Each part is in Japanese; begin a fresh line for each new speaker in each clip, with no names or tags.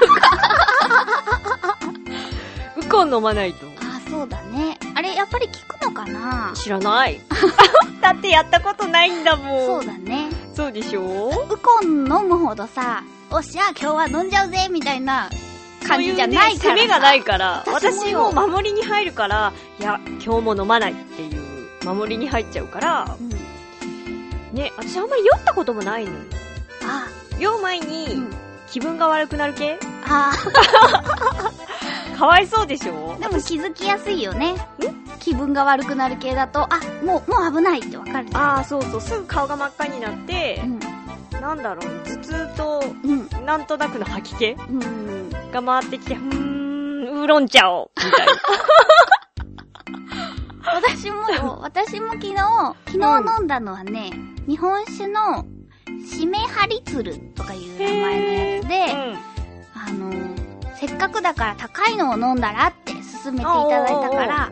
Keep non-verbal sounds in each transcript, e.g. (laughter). ウコン飲まないと
あー、そうだね。あれ、やっぱり効くのかな
知らない (laughs) だってやったことないんだも
そ
ん
うだね。
そうでしょ
ウコン飲むほどさ、おっしゃ、今日は飲んじゃうぜみたいな感じじゃないからさ。
そううね攻めがないから
私
私
もよ
も守りに入るからいや今日も飲まないっていう守りに入っちゃうから
うん。
ね私あんまり酔ったこともないのよ
あ、
酔う前に
うん。
気分が悪くなる系
あー。
かわいそうでしょ
でも気づきやすいよね。気分が悪くなる系だと、あ、もう、もう危ないってわかるじゃん。
ああそうそうすぐ顔が真っ赤になって、なんだろう頭痛と
うん、うん、
なんとなくの吐き気
うん。
が回ってきてうーんウーロン茶をみたいな
私もよ、私も昨日、昨日飲んだのはね、日本酒の、しめはりつるとかいう名前のやつで、
うん
あのー、せっかくだから高いのを飲んだらって勧めていただいたから、あ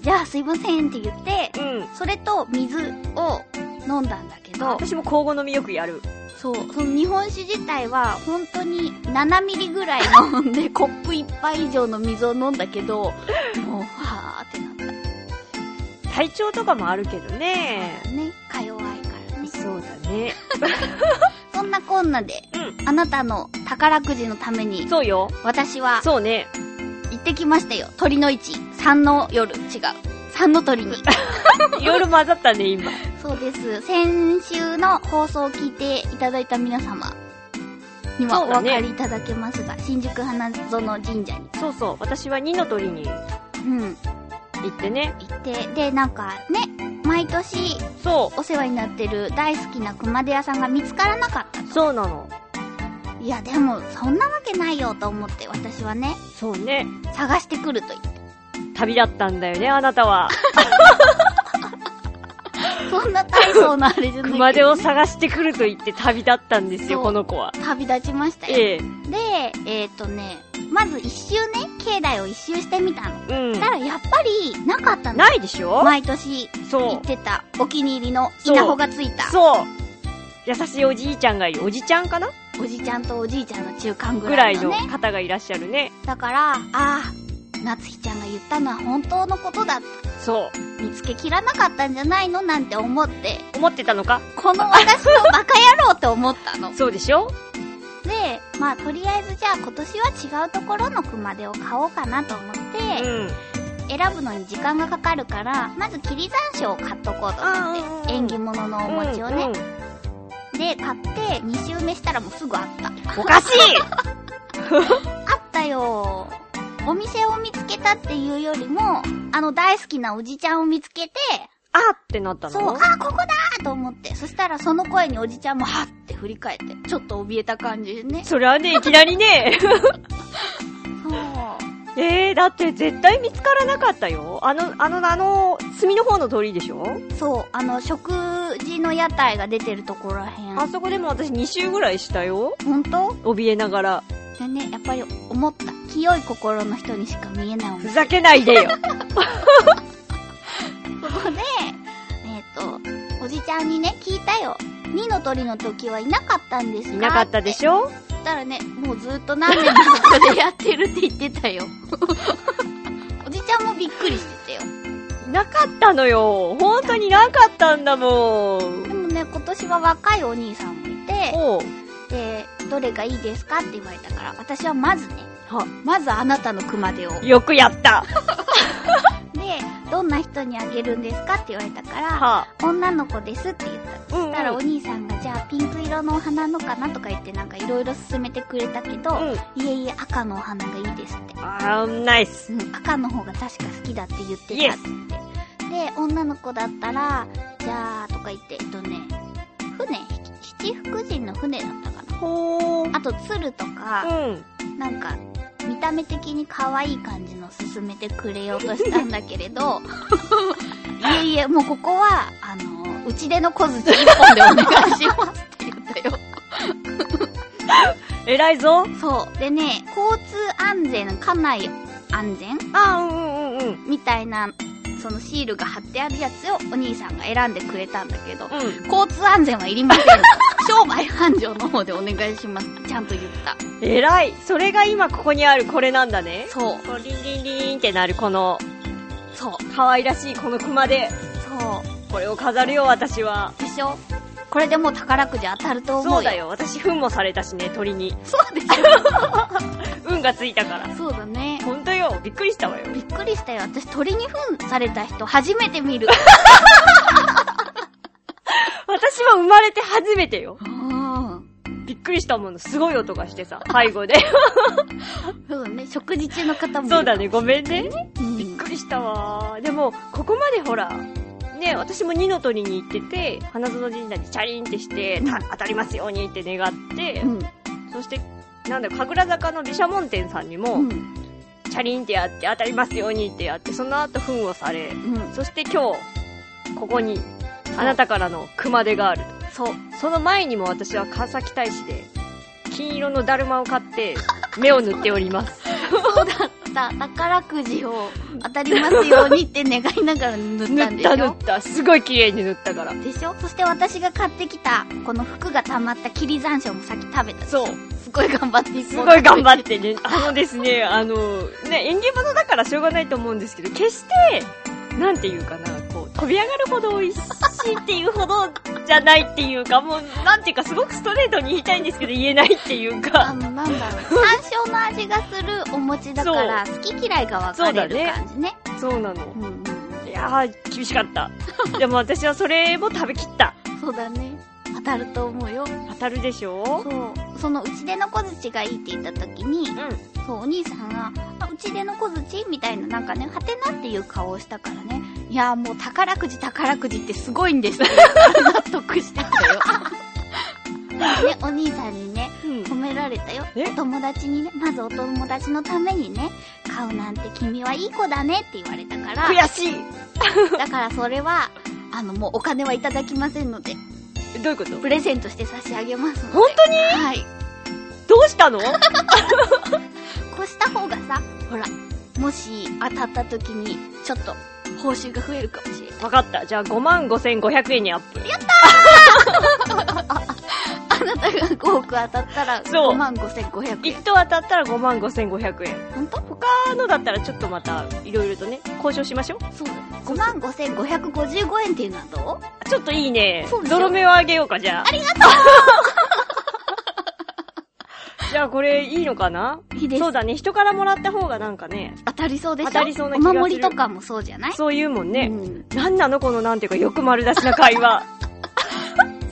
じゃあすいませんって言って、
うん。
それと水を飲んだんだけど、
私も交互飲みよくやる。
そう、その日本酒自体は本当に7ミリぐらい飲んで (laughs) コップ1杯以上の水を飲んだけ
(laughs)
ど、もう、はーってなっ
体調とかもあるけどね。
たね。か弱いからね。
そうだね。
そんなこんなで、
う
あなたの宝くじのために、
そうよ。
私は
そう (laughs) ね。
行ってきましたよ。鳥の市、三の夜、違う。三の
(laughs)
鳥に。
いろいろ混ざったね、今。
そうです。先週の放送を聞いていただいた皆様には
そ
お
うだ
分
ね
かりいただけますが、新宿花園神社に。
そうそう。私は二の鳥に
うん。
行ってね。
行って、で、なんかね、毎年
そ
お世話になってる大好きな熊手屋さんが見つからなかった
う。そうなの。
と。いや、でも、そんなわけないよと思って、私はね、
そうね。
探してくると言って。
旅だったんだよね、あなた (laughs) は。
そんな大層なあれじゃないけど、ね。
熊手を探してくると言って旅だったんですよ、
そう
この子は。
旅立ちましたよ。
ええ。
で、えっ、とね、まず一周ね、境内を一周してみたの。
うん。
たら、やっぱり、なかったの。
ないでしょ
毎年
そ
行っ
う。
てた、お気に入りの稲穂がついた、
そう。優しいおじいちゃんがいる。おじちゃんかな
おじちゃんとおじいちゃんの中間ぐ
ぐ
ら
ら
い
い
の
の
ね。
方がいらっしゃるね。
だから、ああ、夏日ちゃんが言ったのは本当のことだ。
そう。
見つけきらなかったんじゃないのなんて思って、
思ってたのか
この私のバカ野郎って思ったの。
そうでしょ
で、まあとりあえずじゃあ今年は違うところの熊手を買おうかなと思って、
うん。
選ぶのに時間がかかるから、まず霧山椒を買っとこうと
あー
思って、縁起物のお餅をね。
うんうん
で、買って2周目したらもうすぐあった。
おかしい
あったよお店を見つけたっていうよりも、あの大好きなおじちゃんを見つけて、
あーってなったの
そう、あ、ここだーと思って、そしたらその声におじちゃんもはって振り返って、ちょっと怯えた感じでね。
それはね、いきなりね。 (laughs)
そう。
えー、だって絶対見つからなかったよ。あの、あの、あの、隅の方の通りでしょ
そう、あの、食事の屋台が出てるところらへん。
あそこでも私2周ぐらいしたよ。
ほんと
怯えながら。
でね、やっぱり思った。清い心の人にしか見えないお
ふ
店。
ざけないで
(laughs)
よ。
そこ (laughs) で、えっ、と、おじちゃんにね、聞いたよ。二の鳥の時はいなかったんです
い
か
なかったでしょ
そしたらね、もうずっと何年もここでやってるって言ってた (laughs) よ。おじちゃんもびっくりしてたよ。
いなかったのよ。本当になかったんだも
で
ん。
もね、今年は若いお兄さんもいて、
おう。
で、どれがいいですかって言われたから、私はまずね、
は、
まずあなたの熊手を。で、
よくやった。
どんな人にあげるんですかって言われたから、
は、
女の子ですって言った。
う
そ
ん、
したらお
う
兄さんが、じゃあピンク色のお花のかなとか言ってなんかいろいろ勧めてくれたけど、
ん。
いえいえ赤のお花がいいですって。
あー、ナイス。
うん、赤の方が確か好きだって言って
イエ
たっ
ス
つって。で、女の子だったら、じゃあとか言って、えっとね、船、七福神の船だったかな。
ほー。
あと鶴とか、
うん。
なんか、見た目的に可愛い感じの勧めてくれようとしたんだけれ (laughs) ど、いえいえ、もうここは、あの、うちでの小槌一本でお願いしますって言ったよ。
偉いぞ。
そう。でね、交通安全、家内安全
あー、うんうんうんうん。
みたいな、そのシールが貼ってあるやつをお兄さんが選んでくれたんだけど、
うん。
交通安全はいりません。商売繁盛の方でお願いします。ちゃんと言った。
偉い。それが今ここにあるこれなんだね。
そう、
こうリンリンリンってなるこの、
そう、
可愛らしいこの熊で、
そう。
これを飾るよ、私は。
でしょこれでもう宝くじ当たると思うよ。
そうだ。よ、私、糞もされたしね、鳥に。
そうでし
運がついたから。
ょ (laughs) そうだね。
ほんとよ、びっくりしたわよ。
びっくりしたよ。私鳥に糞された人初めて見
(laughs)
る。
私は生まれて初めてよ。
うん。
びっくりしたもの、すごい音がしてさ、背 (laughs) 後で。
そうだね。食事中の方もいる
そうだね、。ごめんね。
うん
びっくりしたわ。でも、ここまでほら、ね、私も二の鳥に行ってて、花園神社にチャリンってして、た当たりますようにって願って、
うん。
そして、なんだよ、神楽坂の毘沙門天さんにも、
うん。
チャリンってやって当たりますようにってやって、その後糞をされ、
うん。
そして今日、ここに、あなたからの熊手がある。
そう。
その前にも私は川崎大使で、金色のだるまを買って、目を塗っております。
そうだった。宝くじを当たりますようにって願いながら塗っ
塗
たん
っ
でした
塗っ
ょ
た。すごい綺麗に塗ったから。
でしょそして私が買ってきた、この服が溜まった霧山椒もさっき食べたでしょ
そう。
すごい頑張ってい
すごい頑
っ
張って (laughs) ね。あのですね、あの、ね、演技物だからしょうがないと思うんですけど、決して、なんていうかな、こう、飛び上がるほど美味しいっていうほどじゃないっていうか、もう、なんていうか、すごくストレートに言いたいんですけど、言えないっていう
あ
か。
の、なんだろう。山椒の味がするお餅だから、好き嫌いが分かれる感じね。
(laughs) そうなの
う。ん
いやー、厳しか (laughs) った。でも私はそれも食べきった。
うん。そうだね。当たると思うよ。
当たるでし
そ
ょ
う。その、うちでの小槌がいいって言った時に、
う
そう、お兄さんが、あ、うちでの小槌みたいな、なんかね、はてなっていう顔をしたからね。いやーもう宝くじ宝くじってすごいんですって (laughs) 納得してたよ。でもね、お兄さんにね、
ん。うん。
褒められたよ。
え
お友達にね、まずお友達のためにね、買うなんて君はいい子だねって言われたから、
悔しい (laughs)
だからそれは、あの、もうお金はいただきませんので、
えどういうこと
プレゼントして差し上げますので。
本当に
はい。
どうしたの
こうした方がさ、ほら、もし当たった時に、ちょっと、報酬が増えるかもしれない。
わかった。じゃあ5万5500円にアップ。
あなたが5億当たったら、
そう
5万5500
一
円。
等当たったら5万5500円。
ほんと
他のだったらちょっとまた、いろいろとね、交渉しましょう。
そうだ。5万5555円っていうのはどう
ちょっといいね
そう。でしょ
泥目をあげようか、じゃあ。ありがとう (laughs) じゃあこれいいのかない
いです。
そうだね、人からもらった方がなんかね、
当たりそうでしょ
当たりそうな気がする
お守りとかもそうじゃない
そう言うもんね。
うん
なんなのこのなんていうかよく丸出しな
(laughs)
会話。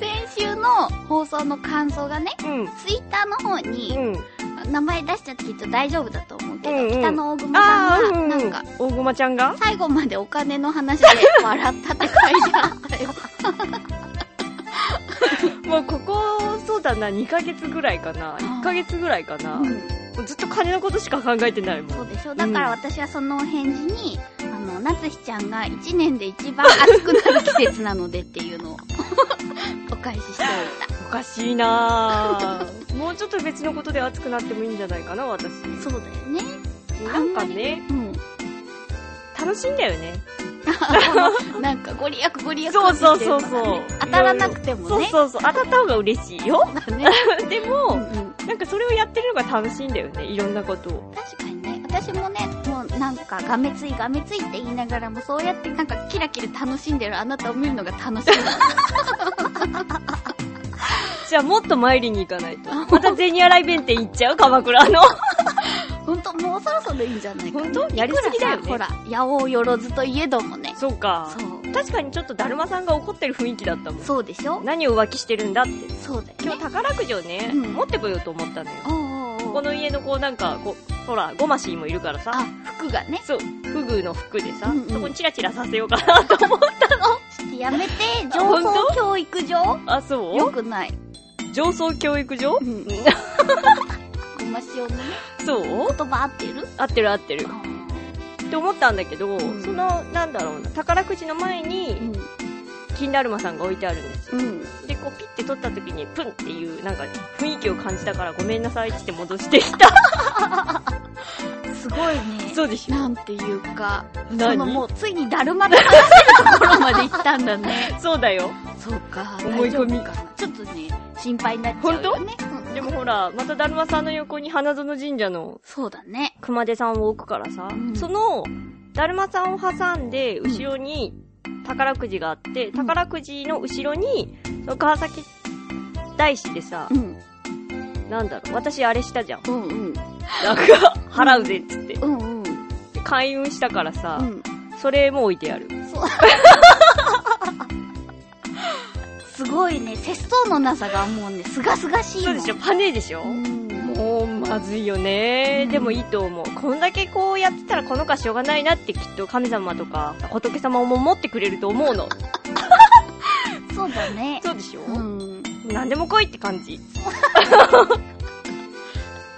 先週の放送の感想がね、
うん。
ツイッターの方に、
うん。
あ名前出しちゃってきっと大丈夫だと思うけど、
うんうん
北の大熊さん
ー
が、なんか、
大駒ちゃんが
最後までお金の話で笑ったって書いてあったよ。
もうここ、そうだな、2ヶ月ぐらいかな。1ヶ月ぐらいかな。も (laughs) うずっと金のことしか考えてないも。
そうんでしょだから私はそのお返事に、あの、夏日ちゃんが1年で一番暑くなる季節なのでっていうのを (laughs) お返ししておい
おかしいなぁ。もうちょっと別のことで熱くなってもいいんじゃないかな、私。
た。そうだよね。
なんかね、
うん。
楽しいんだよね。
なんかご利益ご利益
そうそうそうそう
みたいなのがね当たらなくても
そう
ね。
そうそう。当たった方が嬉しいよ。
そうだね。
で
う
も、
んうん
なんか (laughs) それをやってるのが楽しいんだよね。いろんなことを。
確かにね、私もね、もうなんか、がめついがめついって言いながらも、そうやってなんか、キラキラ楽しんでるあなたを見るのが楽
(laughs)
しい。
じゃあもっと参りに行かない (laughs) と。またゼニアライ弁店行っちゃう鎌倉の。
ほんと、もうそろそろいいんじゃないかな。
ほんとやりすぎだよね
いくらさほら、八百よろずといえどもね。
(laughs) そうか
そ。う。
確かにちょっとだるまさんが怒ってる雰囲気だったもん。
そうでしょ
何を浮気してるんだって。
そうだよ
今日
ね。
宝くじをね、
うん
持ってこようと思ったのよ。
おうおうお
こ
う
の家のこうなんか、こう、ほら、ゴマシーもいるから
あ
さ。、
服がね。
そう、フグの服でさ、
うんうん
そこにチラチラさせようか
(laughs)
なと思っ
ちょっとやめ
(laughs)
て、情
ほんと
報教育上
た。あ、そ
よ
う
くない。
上層教育上
うん。ごましおのね、
そう
言葉合ってる
合ってる合ってる。って思ったんだけど、
ん
その、なんだろうな、宝くじの前
う
に、
ん。
金だるまさんが置いてあるんですよ。
うん。
で、こう、ピッて取った時に、プンっていう、なんか、雰囲気を感じたから、ごめんなさいって言って
(laughs)
戻してきた。
すごいね。
そうでしょ
なんていうか、
何
そのもうついにだるまで話してるところまで行ったんだね。
(laughs) そうだよ。
そうか、
思い込み
大丈夫かなちょっとね、心配になっちゃうよね。うん
でもほら、まただるまさんの横に花園神社の
そうだね。
熊手さんを置くからさ、
ん
その、だるまさんを挟んで、後ろに宝くじがあって、
ん
宝くじの後ろに、その川崎大師でさ
う、ん。
なんだろう、私あれしたじゃん。
うんうん。
なんか、払うぜっつって。
うんうん。
で開運したから
う
さ、
ん。
それも置いてある。
そう。すごいね、節操のなさがもうね、すがすがしい
そ
も。
うんでしょ、パネでしょ
うん。
もう、まずいよね、
うん
でもいいと思う。こんだけこうやってたらこの子はしょうがないなってきっと神様とか仏様も思ってくれると思うの。
そうだね。
そうでしょ、
うん。
何でも来いって感じ。
いや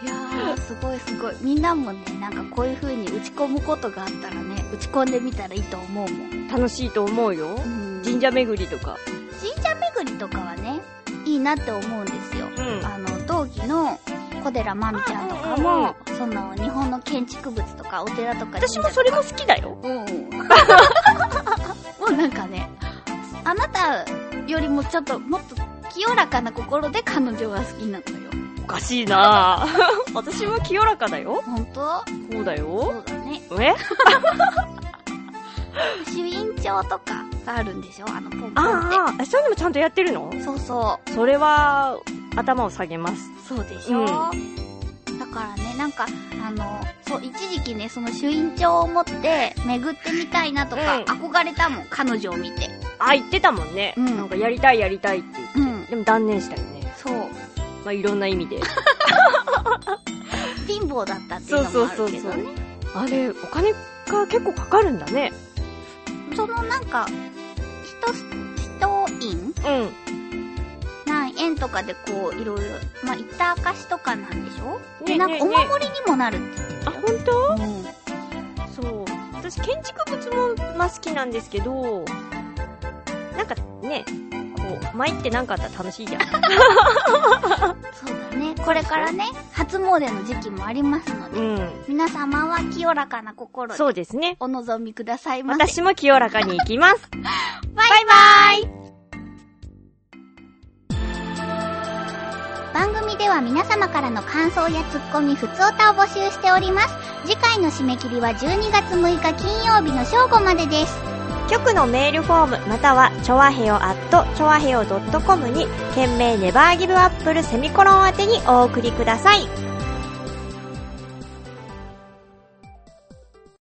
ー、すごいすごい。みんなもね、なんかこういう風に打ち込むことがあったらね、打ち込んでみたらいいと思うもん。
楽しいと思うよ。
うん
神社巡りとか。
神社巡りとかはね、いいなって思うんですよ。
うん
あの、同期の小寺まみちゃんとかも、その、日本の建築物とかお寺とか
私もそれも好きだよ。
うん。もうなんかね、あなたよりもちょっと、もっと清らかな心で彼女が好きなのよ。
おかしいな (laughs) ぁ。私も清らかだよ。
ほんと
そうだ
そ
よ。
うだね。
え
主院長とかがあるんでしょあの、ポンポンって。
ああ、そういうのもちゃんとやってるの
そうそ
それは、頭を下げます。
う。そうでしょ、
うん
だからね、なんか、あの、そう、一時期ね、その主院長を持って巡ってみたいなとか、
うん
憧れたもん、彼女を見て。
あ、言ってたもんね。
うん
なんかやりたいやりたいって言って。
うん。
でも断念したよね。
そう。
まあ、いろんな意
(laughs)
味で。
貧乏だったっていうのもあるけど
そうそうそうそ
ね
う。あれ、お金が結構かかるんだね。
そのなんか、人、人員
うん。
何円とかでこう、いろいろ、まあ、行った証とかなんでしょ
ね
で、なんか
ね
お守りにもなるって。
あ、本
う
当？
ん。
そう。私、建築物も、まあ、好きなんですけど、なんかね、こう、舞ってなんかあったら楽しいじゃん。
そうだね。これからね、初詣の時期もありますので、
うん。
皆様は清らかな心で
そうですね。
お望みくださいませ。
私も清らかに行きます。
バイバイ番組では皆様からの感想やツッコミ、ふつおたを募集しております。次回の締め切りは12月6日金曜日の正午までです。
局のメールフォームまたはチョアヘヨアットチョアヘヨ .com に件名ネバーギブアップルセミコロン宛てにお送りください